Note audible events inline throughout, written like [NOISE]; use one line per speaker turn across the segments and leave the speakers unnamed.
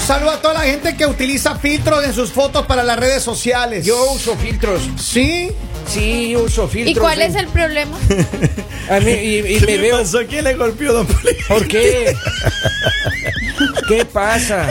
saludo a toda la gente que utiliza filtros en sus fotos para las redes sociales.
Yo uso filtros.
Sí.
Sí, uso filtros.
¿Y cuál
en-
es el problema?
A mí, y, y me veo.
¿Quién le golpeó, don Poli?
¿Por qué? ¿Qué pasa?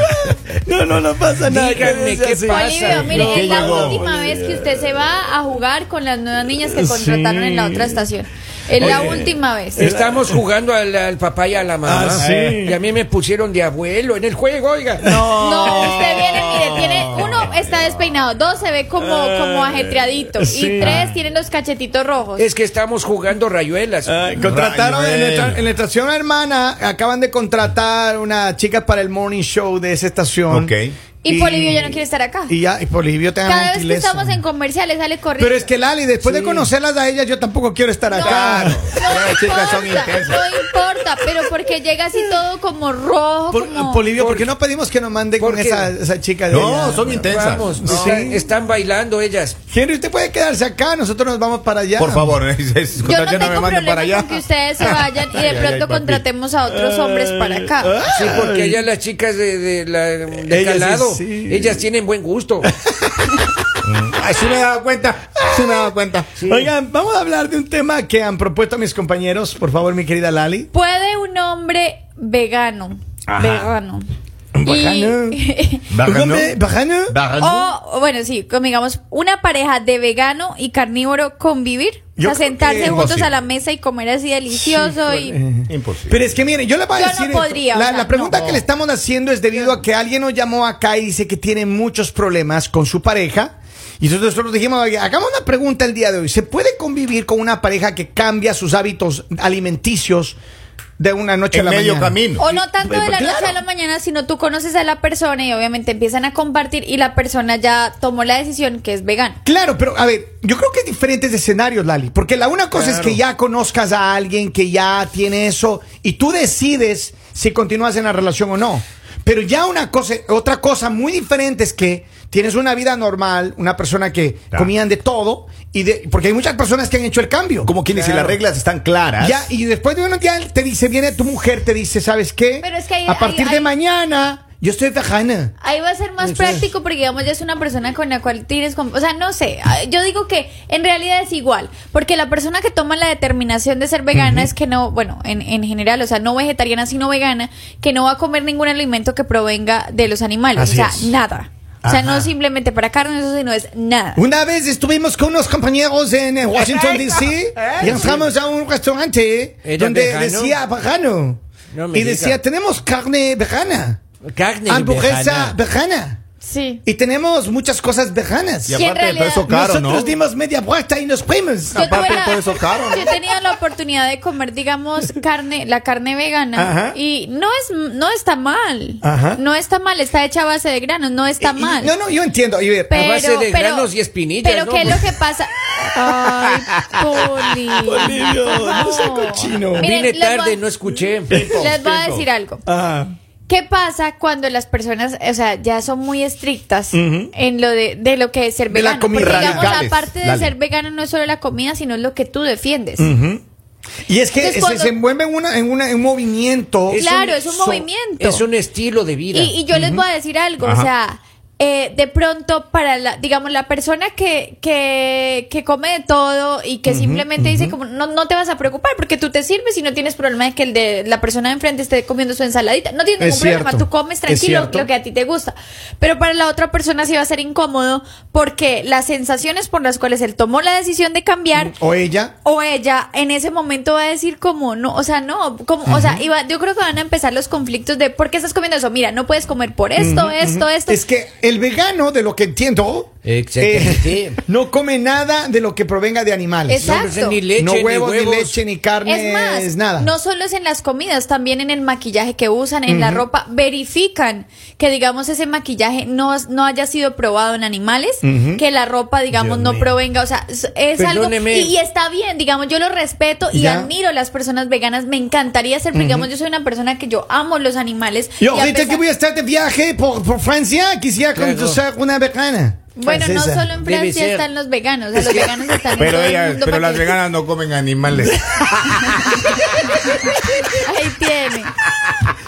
No, no, no pasa nada.
Díganme,
quédese
¿qué
así.
pasa?
Olivia, mire,
No,
es la
llegó,
última
Olivia.
vez que usted se va a jugar con las nuevas niñas que contrataron en la otra estación. Es la
Oye.
última vez.
Estamos jugando al, al papá y a la mamá.
Ah, sí.
Y a mí me pusieron de abuelo en el juego, oiga.
No, usted viene, mire, tiene uno está despeinado, dos se ve como, como ajetreadito y
sí.
tres tienen los cachetitos rojos.
Es que estamos jugando rayuelas.
Ay,
Contrataron en
Rayuela.
nuestra, en la estación hermana, acaban de contratar una chica para el morning show de esa estación.
Ok.
Y Polivio ya no quiere estar acá.
Y ya, y Polivio te da
Cada vez que
gentileza.
estamos en comerciales sale corriendo.
Pero es que Lali, después de conocerlas a ellas, yo tampoco quiero estar
No,
acá.
no
Las chicas son
importa,
intensas.
no importa, pero porque llega así todo como rojo,
Por-
como...
Polivio, ¿por qué no pedimos que nos mande con
¿Por qué?
esa, esa chica de
No,
allá?
son intensas.
Vamos,
No.
está-
Sí.
están bailando ellas.
Henry, usted puede quedarse acá, nosotros nos vamos para allá.
Por favor, [LAUGHS] es- es-
Yo no
contraten,
tengo
me manden
problema con que ustedes se vayan y
Ay, [LAUGHS]
de
ay,
pronto
papi. Ah.
contratemos a otros hombres para acá.
Sí, porque ellas, las chicas de, de la, de
Ellas sí,
calado,
sí.
ellas tienen buen gusto.
Ah, sí me he dado cuenta. Sí me he dado cuenta.
Oigan, vamos a hablar de un tema que han propuesto mis compañeros, por favor, mi querida Lali.
¿Puede un hombre vegano?
Ajá.
Vegano.
Bacano.
Y- [LAUGHS]
Bacano.
Un hombre bacano.
o, bueno, sí, como digamos, una pareja de vegano y carnívoro convivir.
Yo creo
o sea,
que
sentarse
es
juntos a
imposible.
la mesa y comer así delicioso y...
Imposible.
Pero es que miren, yo le voy a
Yo no
decir.
podría,
esto. La,
o sea,
la pregunta
no.
que le estamos haciendo es debido a que alguien nos llamó acá y dice que tiene muchos problemas con su pareja. Y nosotros solo dijimos, "Oye, hagamos una pregunta el día de hoy. ¿Se puede convivir con una pareja que cambia sus hábitos alimenticios de una noche
en
a la
medio
mañana?
camino.
O no tanto de la
Claro.
noche a la mañana, sino tú conoces a la persona y obviamente empiezan a compartir y la persona ya tomó la decisión que es vegano.
Claro, pero a ver, yo creo que es diferentes escenarios, Lali. Porque la una cosa es que ya conozcas a alguien que ya tiene eso y tú decides si continúas en la relación o no. Pero ya una cosa, otra cosa muy diferente es que tienes una vida normal, una persona que
Claro.
comían de todo y de, porque hay muchas personas que han hecho el cambio.
Como quien dice,
Claro.
las reglas están claras.
Ya, y después de unos días te dice, viene tu mujer, te dice, ¿sabes qué?
Pero es que ahí-
a partir
ahí-
de
ahí-
mañana yo estoy vegana.
Ahí va a ser más práctico porque digamos ya es una persona con la cual tienes, con- o sea, no sé, ah, yo digo que en realidad es igual, porque la persona que toma la determinación de ser vegana es que no, bueno, en, en general, o sea, no vegetariana sino vegana, que no va a comer ningún alimento que provenga de los animales,
Así
o sea,
es.
nada. O sea, no
Ajá.
simplemente para carne, eso sino es nada.
Una vez estuvimos con unos compañeros en eh, Washington D.C. y entramos a un restaurante
Eh, ¿Era
donde
vegano?
decía vegano.
No me
y
diga.
decía, tenemos carne vegana,
Carne vegana.
hamburguesa vegana.
Sí.
Y tenemos muchas cosas veganas.
Y
Sí, en
aparte de todo
realidad-
eso caro,
Nosotros
¿no?
dimos media vuelta y nos fuimos.
Yo
Aparte
tuve
de
la-
todo eso caro, ¿no?
Yo tenía la oportunidad de comer, digamos, carne, la carne vegana
Ajá.
y no es no está mal.
Ajá.
No está mal, está hecha a base de granos, no está
Y- y-
mal.
No, no, yo entiendo. Y ver,
pero,
base de
pero-
granos y espinillas,
Pero
¿no?
qué es lo que pasa? Ay, Poli.
Polivio, no sea cochino.
Miren, Mm,
Vine
les voy a-
tarde, no escuché.
Les voy a decir algo.
ah,
¿Qué pasa cuando las personas, o sea, ya son muy estrictas en lo de, de lo que es ser
De la
vegano?
comida.
Porque digamos,
Radicales,
aparte de
dale.
ser vegano no es solo la comida, sino es lo que tú defiendes.
y es que
Entonces,
se-
cuando-
se envuelve en, una, en, una- en un movimiento.
Claro, es un movimiento.
Es un estilo de vida.
Y, y yo les voy a decir algo, o sea, eh, de pronto para la, digamos, la persona que, que, que come de todo y que simplemente dice como, no, no te vas a preocupar porque tú te sirves y no tienes problema de que el de la persona de enfrente esté comiendo su ensaladita. No tienes
Es
ningún problema,
cierto,
tú comes
es
tranquilo
cierto.
lo que a ti te gusta. Pero para la otra persona sí va a ser incómodo porque las sensaciones por las cuales él tomó la decisión de cambiar
O ella.
o ella en ese momento va a decir como no, o sea, no, como, o sea, iba, yo creo que van a empezar los conflictos de por qué estás comiendo eso, mira, no puedes comer por esto, esto, esto.
Es que el vegano, de lo que entiendo,
Exactamente.
eh, [LAUGHS] no come nada de lo que provenga de animales.
Exacto.
No, no sé, ni leche,
no
ni
huevos, ni
huevos.
leche, ni carne,
Es más,
nada.
no solo es en las comidas, también en el maquillaje que usan, en la ropa, verifican que digamos ese maquillaje no, no haya sido probado en animales, que la ropa digamos no provenga, o sea, es es algo y,
Perdóneme.
y está bien, digamos, yo lo respeto y
Ya.
admiro las personas veganas, me encantaría ser, porque, digamos, yo soy una persona que yo amo los animales.
Yo
y a
ahorita
pesar-
que voy a estar de viaje por, por Francia, quisiera
Claro.
conocer una vegana.
Bueno, no
Francesa.
solo en
Debe
Francia
ser.
están los veganos, o sea, los veganos están en
Pero,
todo el
ellas,
mundo
pero
para
las
que-
veganas no comen animales.
Ahí tiene.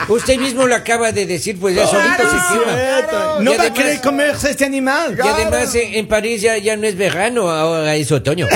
Usted mismo lo acaba de decir, pues ya solito se quema.
Cierto.
Y
No va a
además-
querer comerse este animal.
Y además eh, en París ya, ya no es verano, ahora es
[LAUGHS]
otoño.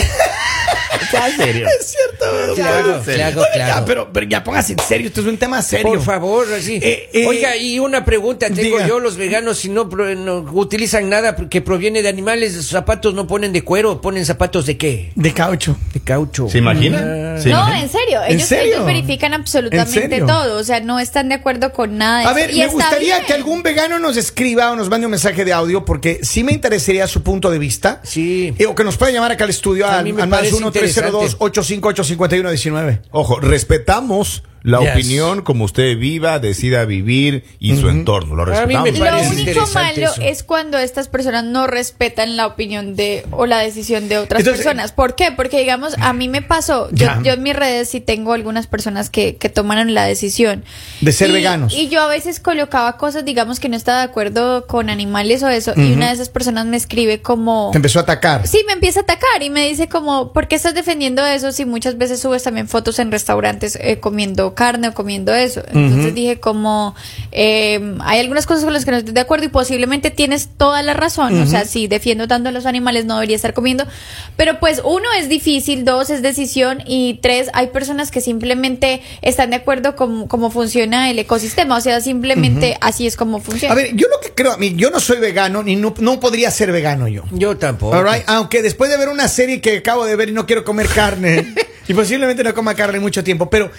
en serio?
Es cierto.
Claro, claro,
Oiga,
claro.
pero, pero ya póngase en serio, esto es un tema serio.
Por favor, así.
Eh, eh,
Oiga, y una pregunta tengo
diga.
yo, los veganos si no, pro- no utilizan nada que proviene de animales, sus zapatos no ponen de cuero, ponen zapatos de qué?
De caucho.
De caucho.
¿Se imagina? ¿Se
No,
imagina?
en serio,
¿En
ellos,
serio?
ellos verifican
¿En
absolutamente
serio?
todo, o sea, no están de acuerdo con nada. de
A
eso.
ver, me
Y está
gustaría
bien.
que algún vegano nos escriba o nos mande un mensaje de audio porque sí me interesaría su punto de vista.
Sí.
Eh, o que nos pueda llamar acá al estudio
A
al,
mí me
al más
parece
1 302 858 5119
Ojo, respetamos la
Yes.
opinión como usted viva, decida vivir y su entorno. Lo
A mí me
respetamos.
Lo
parece
único
interesante
malo
eso.
es cuando estas personas no respetan la opinión de o la decisión de otras
Entonces,
personas. ¿Por qué? Porque digamos, a mí me pasó, yo,
Ya.
yo en mis redes sí tengo algunas personas que, que tomaron la decisión.
De ser
Y-
veganos.
Y yo a veces colocaba cosas, digamos, que no estaba de acuerdo con animales o eso, y una de esas personas me escribe como...
Te empezó a atacar.
Sí, me empieza a atacar y me dice como, ¿por qué estás defendiendo eso si muchas veces subes también fotos en restaurantes eh, comiendo carne o comiendo eso? Entonces dije como, eh, hay algunas cosas con las que no estoy de acuerdo y posiblemente tienes toda la razón, o sea, si defiendo tanto a los animales no debería estar comiendo, pero pues uno es difícil, dos es decisión y tres hay personas que simplemente están de acuerdo con cómo funciona el ecosistema, o sea, simplemente así es como funciona.
A ver, yo lo que creo, a mí, yo no soy vegano ni no, no podría ser vegano yo.
Yo tampoco.
All right, Aunque después de ver una serie que acabo de ver y no quiero comer carne, y posiblemente no coma carne mucho tiempo, pero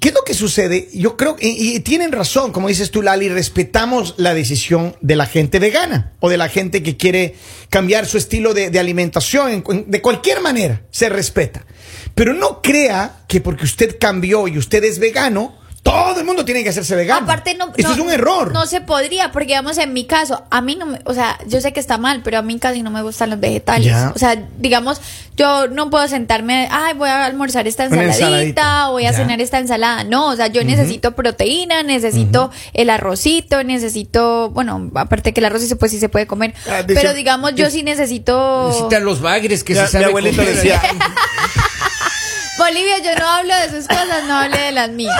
¿qué es lo que sucede? Yo creo, y, y tienen razón, como dices tú, Lali, respetamos la decisión de la gente vegana o de la gente que quiere cambiar su estilo de, de alimentación, en- en- de cualquier manera, se respeta. Pero no crea que porque usted cambió y usted es vegano, todo el mundo tiene que hacerse vegano.
Aparte no,
Esto
no-
es un error.
No se podría, porque digamos en mi caso, a mí no me, o sea, yo sé que está mal, pero a mí casi no me gustan los vegetales.
Ya.
O sea, digamos, yo no puedo sentarme, ay, voy a almorzar esta
Una
ensaladita,
ensaladita.
voy a
Ya.
cenar esta ensalada. No, o sea, yo necesito proteína, necesito el arrocito, necesito, bueno, aparte que el arroz sí se- pues sí se puede comer,
Ah, dice-
pero digamos yo sí necesito
Necesitan los bagres que
Ya,
se sabe
mi abuelito
comer.
decía,
[LAUGHS]
Bolivia, yo no hablo de sus cosas, no hable de las mías.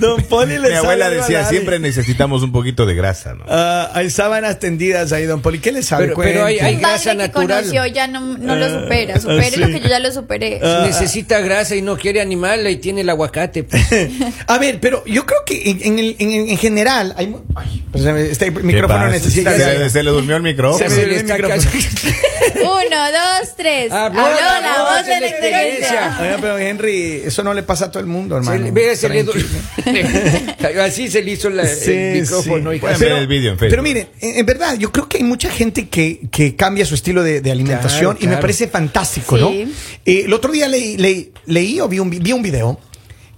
Don Poli le
mi
sabe
abuela
algo a
decía,
Lali.
siempre necesitamos un poquito de grasa, ¿no?
Ah, hay sábanas tendidas ahí, don Poli. ¿Qué le sabe?
Pero- pero hay-
Cuente.
[LAUGHS] hay-
Un
grasa
bagre que
natural.
conoció ya no, no lo
Ah,
supera,
ah,
supere lo
sí. Ah.
que yo ya lo superé.
[LAUGHS]
Necesita grasa y no quiere animal y tiene el aguacate.
[LAUGHS]
pues.
A ver, pero yo creo que en, en el- en- en general hay... mu- Ay, perdóname, este micrófono
pasa?
necesita...
Se, le- se le durmió el micrófono.
Se me
Se
dio
le
el
está
micrófono. [LAUGHS]
cayendo.
Uno, dos, tres.
Habló la voz de la experiencia.
Oiga, pero Henry, eso no le pasa a todo el mundo,
Se
hermano.
le- vea, se le
Tranquilo.
du- [LAUGHS] Así se le hizo la- el micrófono.
sí.
hija.
Pueden
Pero-
ver el video en Facebook.
Pero miren, en, en verdad, yo creo que hay mucha gente que, que cambia su estilo de, de alimentación
Claro,
y me
claro.
parece fantástico,
Sí.
¿no? Eh, el otro día leí, leí- leí o vi un, vi- vi un video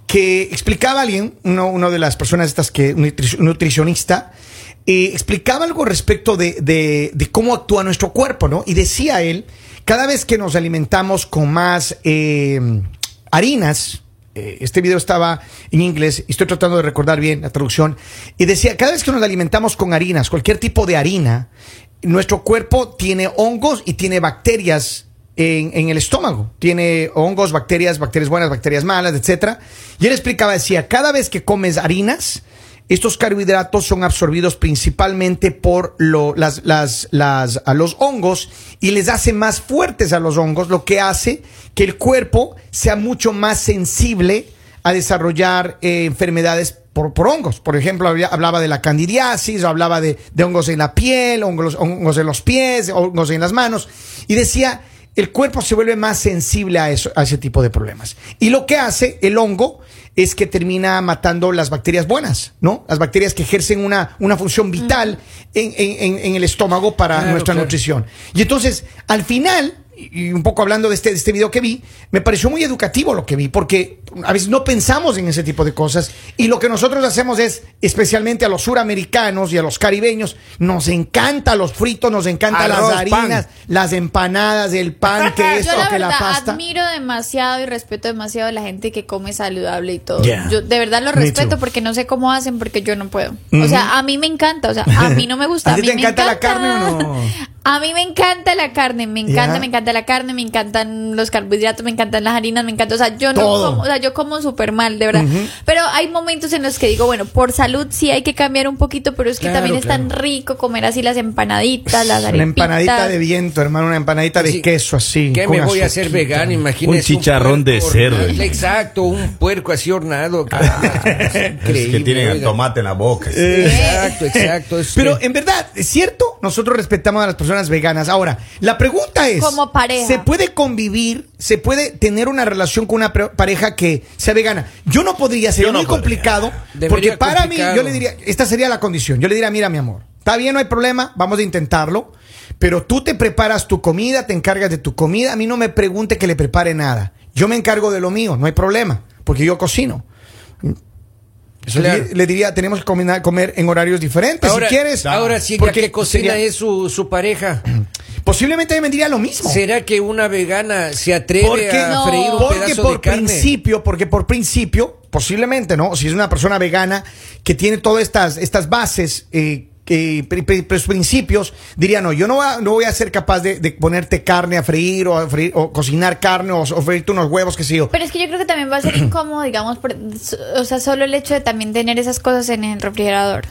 que explicaba a alguien, uno, uno de las personas estas que, un nutri- un nutricionista, eh, explicaba algo respecto de, de- de cómo actúa nuestro cuerpo, ¿no? Y decía él, cada vez que nos alimentamos con más eh, harinas, eh, este video estaba en inglés, y estoy tratando de recordar bien la traducción, y decía, cada vez que nos alimentamos con harinas, cualquier tipo de harina, nuestro cuerpo tiene hongos y tiene bacterias en, en el estómago. Tiene hongos, bacterias, bacterias buenas, bacterias malas, etcétera. Y él explicaba, decía, cada vez que comes harinas, estos carbohidratos son absorbidos principalmente por lo- las- las- las- a los hongos y les hace más fuertes a los hongos, lo que hace que el cuerpo sea mucho más sensible a desarrollar eh, enfermedades por, por hongos. Por ejemplo, había- hablaba de la candidiasis, hablaba de, de hongos en la piel, hongos, hongos en los pies, hongos en las manos. Y decía, el cuerpo se vuelve más sensible a, eso, a ese tipo de problemas. Y lo que hace el hongo es que termina matando las bacterias buenas, ¿no? Las bacterias que ejercen una, una función vital en, en- en- en el estómago para
Claro,
nuestra
claro.
nutrición. Y entonces, al final, y y un poco hablando de este, de este video que vi, me pareció muy educativo lo que vi, porque a veces no pensamos en ese tipo de cosas y lo que nosotros hacemos es, especialmente a los suramericanos y a los caribeños, nos encanta los fritos, nos encanta
Arroz,
las
pan.
harinas, las empanadas, el pan, que esto,
[LAUGHS] Yo la
que
verdad
la pasta.
admiro demasiado y respeto demasiado a la gente que come saludable y todo.
Yeah.
Yo de verdad lo
Me
respeto
too.
porque no sé cómo hacen porque yo no puedo. O sea, a mí me encanta, o sea, a mí no me
[LAUGHS]
gusta.
¿A ti
mí
te
me
encanta la carne o no?
A mí me encanta la carne, me encanta,
Ya.
me encanta la carne, me encantan los carbohidratos, me encantan las harinas, me encanta, o sea, yo no
Todo.
como, o sea, yo como súper mal, de verdad. Pero hay momentos en los que digo, bueno, por salud sí hay que cambiar un poquito, pero es que
Claro,
también es tan rico comer así las empanaditas, las
Una
arepitas.
empanadita de viento, hermano, una empanadita de
Sí.
queso así.
¿Qué
con
me voy a
azuquita.
hacer vegano? Imagínese.
Un chicharrón de
puerco
cerdo. Ah,
horneado. Exacto, un puerco así hornado. carajo, es
Es
increíble,
que tienen
oiga.
tomate en la boca.
Eh.
Exacto, exacto. es
Pero eh,
que-
en verdad, ¿es cierto? Nosotros respetamos a las personas veganas. Ahora, la pregunta es...
Como pareja.
¿Se puede convivir? ¿Se puede tener una relación con una pre- pareja que sea vegana? Yo no podría, sería
Yo no
muy
podría.
complicado.
Debería
porque para mí,
complicado.
yo le diría, esta sería la condición. Yo le diría, mira, mi amor, está bien, no hay problema, vamos a intentarlo. Pero tú te preparas tu comida, te encargas de tu comida. A mí no me pregunte que le prepare nada. Yo me encargo de lo mío, no hay problema, porque yo cocino. Le-
Claro.
Le, diría, tenemos que comer, comer en horarios diferentes.
ahora,
si quieres,
ahora sí, ya
porque
que cocina
sería-
es su, su pareja.
Posiblemente me diría lo mismo.
¿Será que una vegana se atreve
Porque,
a
No.
freír un
porque
pedazo
por
de carne?
principio, porque por principio, posiblemente, ¿no? Si es una persona vegana que tiene todas estas, estas bases, eh, eh, pri- pri- pri- principios, diría, no, yo no, voy a- no voy a ser capaz de, de ponerte carne a freír o, a freír- o cocinar carne o, o freírte unos huevos, qué sé yo.
Pero es que yo creo que también
[CLEARS THROAT]
va a ser incómodo, digamos, por- o sea, solo el hecho de también tener esas cosas en el refrigerador.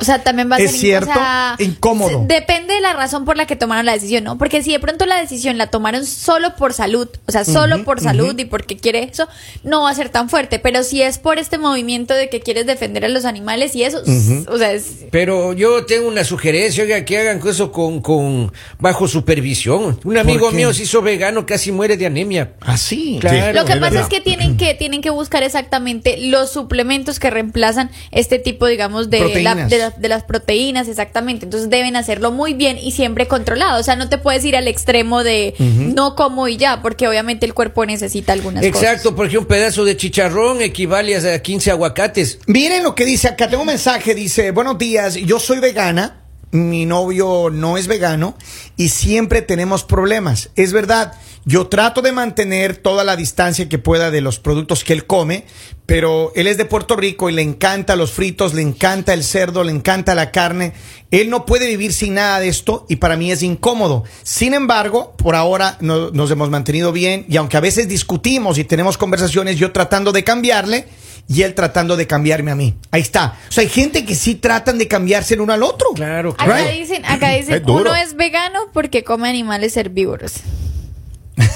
O sea, también va a
Es
ser in-
cierto,
o sea,
incómodo.
se- Depende de la razón por la que tomaron la decisión, ¿no? Porque si de pronto la decisión la tomaron solo por salud, o sea, solo por salud y porque quiere eso, no va a ser tan fuerte. Pero si es por este movimiento de que quieres defender a los animales y eso, o sea, es,
Pero yo tengo una sugerencia, oiga, que hagan eso con, con bajo supervisión. Un amigo
qué?
mío se hizo vegano, casi muere de anemia.
Así.
Claro.
Lo que
es
pasa
verdad.
es que tienen que tienen que buscar exactamente los suplementos que reemplazan este tipo, digamos, de, la-
Proteínas.
de, las- de las proteínas, exactamente. Entonces deben hacerlo muy bien y siempre controlado. O sea, no te puedes ir al extremo de no como y ya, porque obviamente el cuerpo necesita algunas cosas.
Exacto, porque un pedazo de chicharrón equivale a 15 aguacates.
Miren lo que dice acá. Tengo un mensaje. Dice, buenos días, yo soy vegana. Mi novio no es vegano y siempre tenemos problemas. Es verdad, yo trato de mantener toda la distancia que pueda de los productos que él come, pero él es de Puerto Rico y le encanta los fritos, le encanta el cerdo, le encanta la carne. Él no puede vivir sin nada de esto y para mí es incómodo. Sin embargo, por ahora no- nos hemos mantenido bien y aunque a veces discutimos y tenemos conversaciones, yo tratando de cambiarle, y él tratando de cambiarme a mí. Ahí está. O sea, hay gente que sí tratan de cambiarse el uno al otro.
Claro,
Acá
claro.
dicen, acá dicen,
Es duro.
uno es vegano porque come animales herbívoros.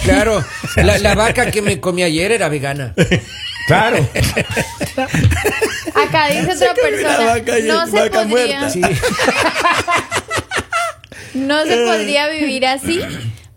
Claro, la, la vaca que me comí ayer era vegana.
Claro.
Acá dice otra persona, no se podría, [LAUGHS] no se podría vivir así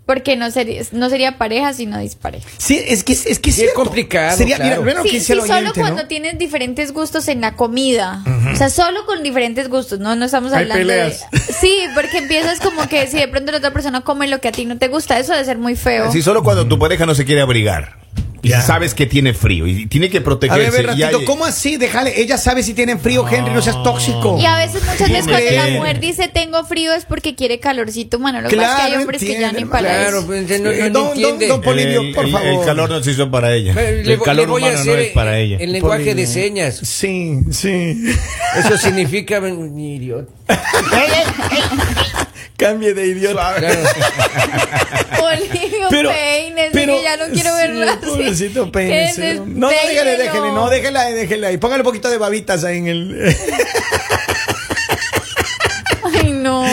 porque no sería, no sería pareja sino dispareja.
Sí, es que es que es
Qué
cierto.
complicado,
Sería,
claro.
mira, mira lo que
sí,
dice el
sí, solo
oyente, ¿no?
cuando tienes diferentes gustos en la comida. O sea, solo con diferentes gustos, no no estamos
Hay
hablando
peleas.
de Sí, porque empiezas como que si de pronto la otra persona come lo que a ti no te gusta, eso debe ser muy feo.
Así solo cuando tu pareja no se quiere abrigar. Y
Ya.
sabes que tiene frío y tiene que
A ver,
protegerse.
a ver,
y
ratito,
hay-
¿cómo así? Déjale, ella sabe si tienen frío, Henry, no seas tóxico.
Y a veces muchas veces cuando la
Tiene-
mujer dice tengo frío es porque quiere calorcito, mano. Lo que pasa es que hay
Claro,
hombres que ya ni
entienden,
para
Claro,
eso.
pues, no, no- no
Eh, don- don-
entiende.
don Polibio,
el,
por
el-
favor.
el calor no se hizo para ella.
Pero
el calor
voy a
humano no
hacer
es para ella.
El lenguaje de
Polibio. [LAUGHS]
señas.
Sí, sí. [LAUGHS]
Eso significa ven, idiota.
Cambie de idiota.
Claro.
Olivio
Pero-
Peines,
pero-
que ya no quiero
sí,
verlo [LAUGHS] así.
Pobrecito Peines.
Que
sí. No, no, déjale,
despeínelo.
déjale, no, déjela, ahí, déjela ahí. Póngale un poquito de babitas ahí en el. [LAUGHS]
Ay, no.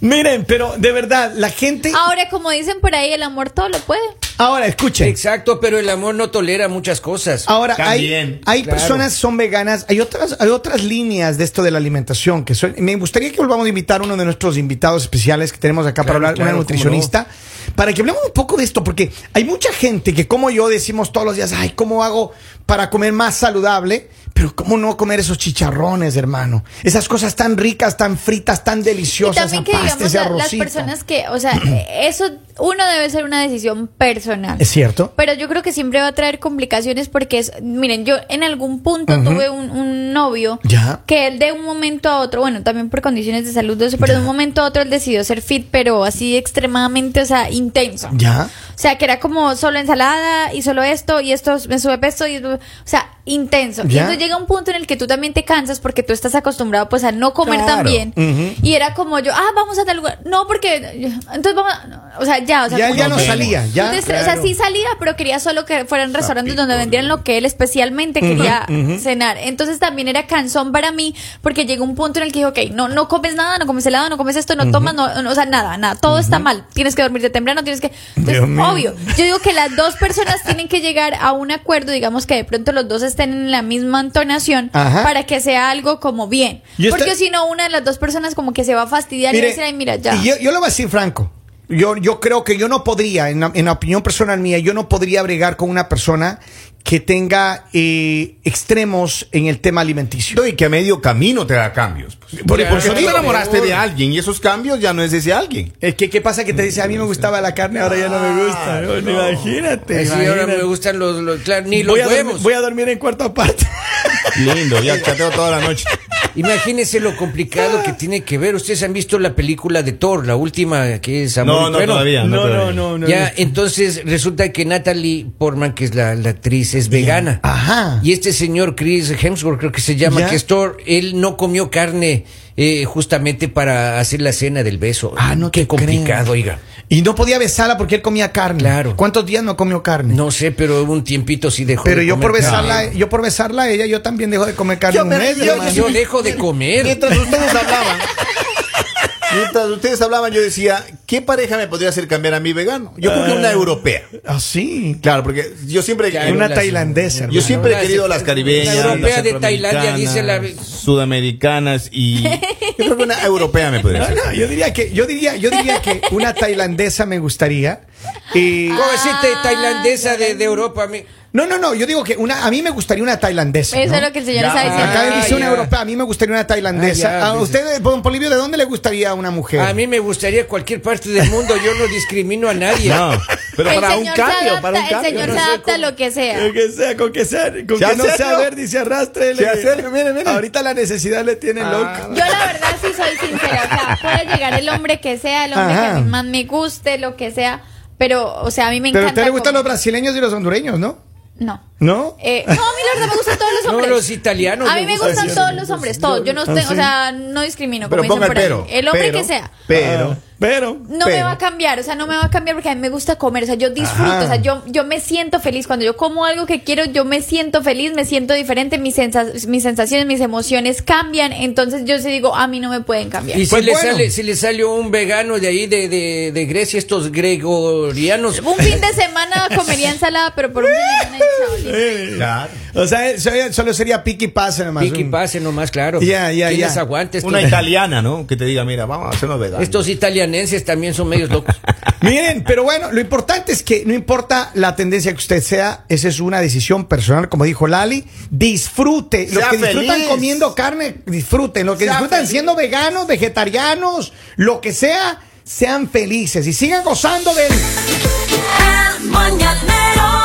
Miren, pero de verdad, la gente.
Ahora, como dicen por ahí, el amor todo lo puede.
Ahora, escuchen.
Exacto, pero el amor no tolera muchas cosas.
Ahora,
También,
hay, hay
claro.
personas que son veganas, hay otras, hay otras líneas de esto de la alimentación que son- me gustaría que volvamos a invitar a uno de nuestros invitados especiales que tenemos acá para
Claro,
hablar,
claro,
una
cómo
nutricionista, para que hablemos un poco de esto, porque hay mucha gente que como yo decimos todos los días, ay, ¿cómo hago para comer más saludable? Pero ¿cómo no comer esos chicharrones, hermano? Esas cosas tan ricas, tan fritas, tan
Y
deliciosas,
también
esa
que
pasta,
digamos
ese
la- las
arrocito.
personas que, o sea, [CLEARS THROAT] eso uno debe ser una decisión personal.
¿Es cierto?
Pero yo creo que siempre va a traer complicaciones porque es, miren, yo en algún punto tuve un, un novio
Ya.
que él de un momento a otro, bueno, también por condiciones de salud, de eso, pero de un momento a otro él decidió ser fit, pero así extremadamente, o sea, intenso.
Ya.
O sea, que era como solo ensalada y solo esto y esto me sube peso y o sea, intenso. Y
Ya.
entonces llega un punto en el que tú también te cansas porque tú estás acostumbrado pues a no comer tan
Claro.
bien. Y era como yo, ah, vamos a tal lugar. No, porque entonces vamos, a- o sea, ya, o sea,
Ya,
como
ya
que-
no salía. Ya,
entonces, O sea, sí salía, pero quería solo que fueran restaurantes donde vendieran lo que él especialmente quería cenar. Entonces también era cansón para mí, porque llegó un punto en el que dije, ok, no, no comes nada, no comes helado, no comes esto, no tomas, no, no- o sea, nada, nada, todo está mal. Tienes que dormirte temprano, tienes que... Entonces,
Dios mío.
obvio, yo digo que las dos personas tienen que llegar a un acuerdo, digamos que de pronto los dos estén en la misma entonación,
Ajá.
para que sea algo como bien.
Y esta-
Porque si no, una de las dos personas como que se va a fastidiar y va a decir, ay, mira, ya.
y Yo, yo lo voy a decir franco. Yo, yo creo que yo no podría, en la, en la opinión personal mía, yo no podría bregar con una persona que tenga eh, extremos en el tema alimenticio.
Y que a medio camino te da cambios. pues.
Por- por
porque
eso
tú te
digo,
enamoraste
por-
de alguien y esos cambios ya no es de ese alguien.
Es que, ¿qué pasa que te dice, a mí me gustaba la carne, ahora ya Ah, no me gusta?
Claro,
Bueno,
no.
Imagínate.
Ay, sí, ahora
imagínate.
me gustan los, los- claro, ni los
voy, a dormir-
huevos.
voy a dormir en cuarto aparte.
Lindo, ya chateo toda la noche.
Imagínense lo complicado que tiene que ver. Ustedes han visto la película de Thor, la última que es Amor
No,
y
no,
Trueno?
[LAUGHS]
todavía.
no, no,
todavía.
no, no.
Ya, entonces resulta que Natalie Portman, que es la, la actriz, es vegana.
Ajá.
Y este señor Chris Hemsworth, creo que se llama,
Ah. Ya.
que es Thor, él no comió carne eh, justamente para hacer la cena del beso.
Ah, no
Qué
te
complicado,
creo.
oiga.
Y no podía besarla porque él comía carne.
Claro.
¿Cuántos días no comió carne?
No sé, pero un tiempito sí dejó
Pero
de
yo por
comer carne.
besarla, yo por besarla a ella, yo también dejo de comer carne
Yo
un
me-
mes.
yo-
hermano.
Yo dejo de comer.
Mientras ustedes hablaban. Mientras ustedes hablaban, yo decía, ¿qué pareja me podría hacer cambiar a mí vegano? Yo creo que una europea.
Así.
Claro, porque yo siempre.
Claro,
Ah, una
las-
tailandesa.
Yo
hermano.
siempre he
Las-
querido las caribeñas,
la europea
las
de Tailandia, dice la-
centroamericanas, sudamericanas y yo creo que una europea me podría
No,
hacer.
no, yo diría que, yo diría, yo diría que una tailandesa me gustaría. Y-
Pobrecita tailandesa de, de Europa. mi-
no, no, no, yo digo que una, a mí me gustaría una tailandesa.
Eso
¿no?
es lo que el señor
Ya.
está diciendo.
Acá dice una
Ah, ya.
europea, a mí me gustaría una tailandesa.
Ah, ya,
a
dice.
usted, don Polivio, ¿de dónde le gustaría una mujer?
A mí me gustaría cualquier parte del mundo, yo no discrimino a nadie.
No, pero
el
para un
señor se
cambio,
adapta,
para un
el
cambio.
señor
¿no?
se adapta a lo que sea.
que sea, con que sea, con
que no sea verde
dice arrastre.
le-
Ahorita la necesidad le tiene
loco.
Yo la verdad sí soy sincera, o sea, puede llegar el hombre que sea, el hombre
Ajá.
que a mí más me guste, lo que sea, pero, o sea, a mí me
Pero a
encanta.
usted le gustan
como-
los brasileños y los hondureños, ¿no?
No.
¿No?
Eh, no, a mí la verdad me gustan todos los
No,
hombres.
los italianos
A mí
me
me
gustan.
gustan todos los hombres, todos. Yo no tengo, o sea, no discrimino,
Ah, Pero
como
ponga
dicen
el
por ahí.
pero.
El hombre
pero,
que sea.
Pero.
Ah. Pero.
No me va a cambiar, o sea, no me va a cambiar porque a mí me gusta comer, o sea, yo disfruto,
Ajá.
o sea, yo, yo me siento feliz. Cuando yo como algo que quiero, yo me siento feliz, me siento diferente, mis, sensa- mis sensaciones, mis emociones cambian, entonces yo sí digo, a mí no me pueden cambiar.
Y si,
Pues
le
bueno.
sale, si le salió un vegano de ahí, de, de, de Grecia, estos gregorianos.
Un fin de semana comería ensalada, pero por un fin
[LAUGHS]
de semana chao, listo.
Eh.
Claro.
O sea, solo- solo sería pick y pase nomás.
Pique y
Un-
pase nomás, claro.
Ya, ya,
¿Quién
ya.
les aguanta estos,
Una italiana, ¿no? Que te diga, mira, vamos a hacernos veganos.
estos italianenses también son medios locos.
Miren, pero bueno, lo importante es que no importa la tendencia que usted sea, esa es una decisión personal, como dijo Lali. Disfrute. Los
Sea
que disfrutan
feliz.
comiendo carne, disfruten. Los que
Sea
disfrutan
feliz.
siendo veganos, vegetarianos, lo que sea, sean felices y sigan gozando del.
El mañanero